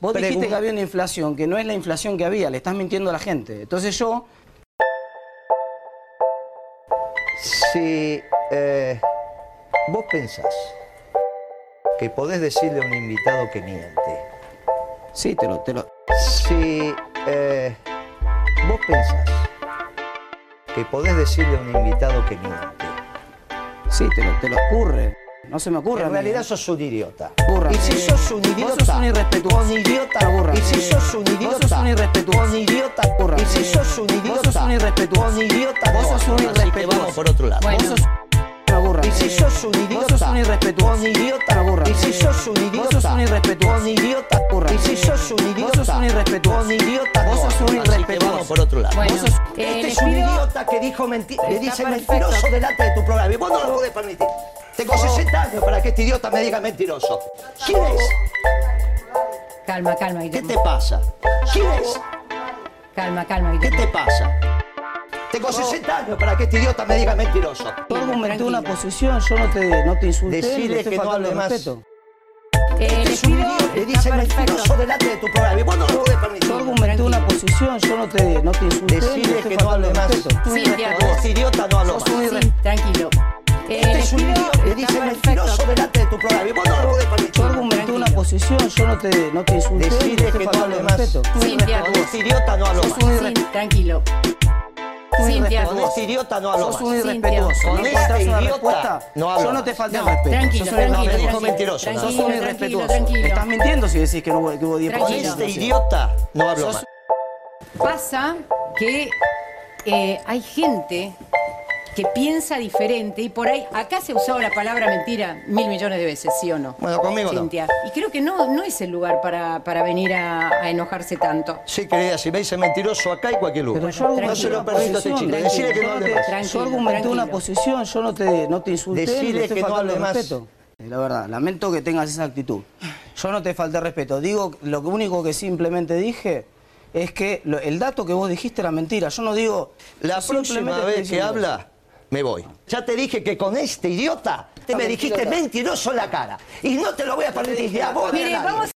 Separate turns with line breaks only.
Vos
Pregun-
dijiste que había una inflación, que no es la inflación que había, le estás mintiendo a la gente. Entonces yo,
Si eh, vos pensás que podés decirle a un invitado que miente,
sí, te lo, te lo,
si eh, vos pensás que podés decirle a un invitado que miente,
sí, te lo, te lo ocurre. No se me ocurre. a
en
mí.
realidad sos un idiota.
Burra.
Y si sos un
eh. Vos
idiota,
sos un irrespetuoso.
un idiota,
Burra.
Y si sos un
Vos
idiota,
sos un irrespetuoso.
un idiota,
Burra.
Y si sos un idiota,
Vos sos un irrespetuoso.
un idiota,
Vos sos un
Así que
irrespetuoso.
vamos por otro lado.
Vos sos una burra.
Y si Eh, sos un idiota,
Eh, Vos sos un irrespetuoso.
un idiota,
Una burra.
Y si sos un idiota,
Vos sos un irrespetuoso.
un idiota,
Burra.
Y si sos un idiota,
Vos sos un irrespetuoso.
un idiota,
Vos sos un
Así que
irrespetuoso.
vamos por otro lado.
Bueno,
Vos sos-
eh,
Este
les
es un
pido-
idiota que dijo menti que
Está
dice
perfecto.
mentiroso delante de tu programa. Y vos no lo podés permitir. Tengo 60 años para que este idiota me diga mentiroso. ¿Quién es?
Calma, calma,
¿Qué
Guillermo.
te pasa? ¿Quién es?
Calma, calma,
¿Qué
Guillermo.
te pasa? Tengo
Oh.
60 años para que este idiota me diga mentiroso.
Tú argumentó
Tranquilo.
una posición, yo no te, no te insulté. ni te
Decile
estoy
que no
faltando
hable
el
más.
respeto.
Eh,
Este
les
es un
pido...
idiota que dice
Está perfecto.
mentiroso delante de tu programa. Y vos no lo podés
Yo
permitir.
argumenté una posición, yo no te, no te insulté. ni
Decile
te estoy
que no
faltando el
hable más.
respeto. Tú
Sí,
irrespetuoso.
te
Vos, este idiota, no hablo
Sos
más.
un irre-
Sí, tranquilo. Eh,
Este
les
es un
pido-
idiota que
está
dice
perfecto.
mentiroso delante de tu programa. Y vos no lo podés
Yo
permitir.
argumenté una
Tranquilo.
posición, yo no te, no te insulté. ni
Decile
te estoy
que no
faltando
hable
el
más.
respeto. Tú
Sí, te
irrespetuoso.
hago.
Con este idiota no hablo
Sos
más.
un
Sí, tranquilo.
Tú
Cintia.
Con este idiota no hablo
Sos un
más.
Cintia.
irrespetuoso.
Con
¿No
este
encontrás una
idiota
respuesta?
no hablo
Yo no
más.
te falté el
No,
respeto.
tranquilo,
Sos un
tranquilo.
irrespetuoso.
Me dijo
tranquilo,
mentiroso, nada
Sos
más.
tranquilo,
un
tranquilo,
irrespetuoso.
tranquilo.
Estás mintiendo si decís que no hubo, que hubo 10
Con
Tranquilo.
este idiota no hablo
Sos-
más.
Pasa que eh, hay gente que piensa diferente y por ahí, acá se ha usado la palabra mentira mil millones de veces, ¿sí o no?
Bueno, conmigo no.
Cintia. Y creo que no, no es el lugar para, para venir a, a enojarse tanto.
Sí, querida, si me dice mentiroso acá y cualquier lugar.
Pero yo argumenté
no se
tranquilo,
lo permito a este chico.
tranquilo,
Decile que no
yo
hable
te-
más.
Tranquilo,
Yo argumenté
tranquilo.
una posición, yo no te, no te insulté. ni
Decile
te estoy
que no
faltando
hable más.
respeto. Eh, La verdad, lamento que tengas esa actitud. Yo no te falté respeto. Digo, lo que- único que simplemente dije es que lo- el dato que vos dijiste era mentira. Yo no digo.
La
yo
próxima
simplemente estoy
vez que
diciendo eso.
habla, me voy. Ya te dije que con este idiota te me dijiste mentiroso en la cara. Y no te lo voy a permitir ni a vos ni a
Mire,
nadie.
vamos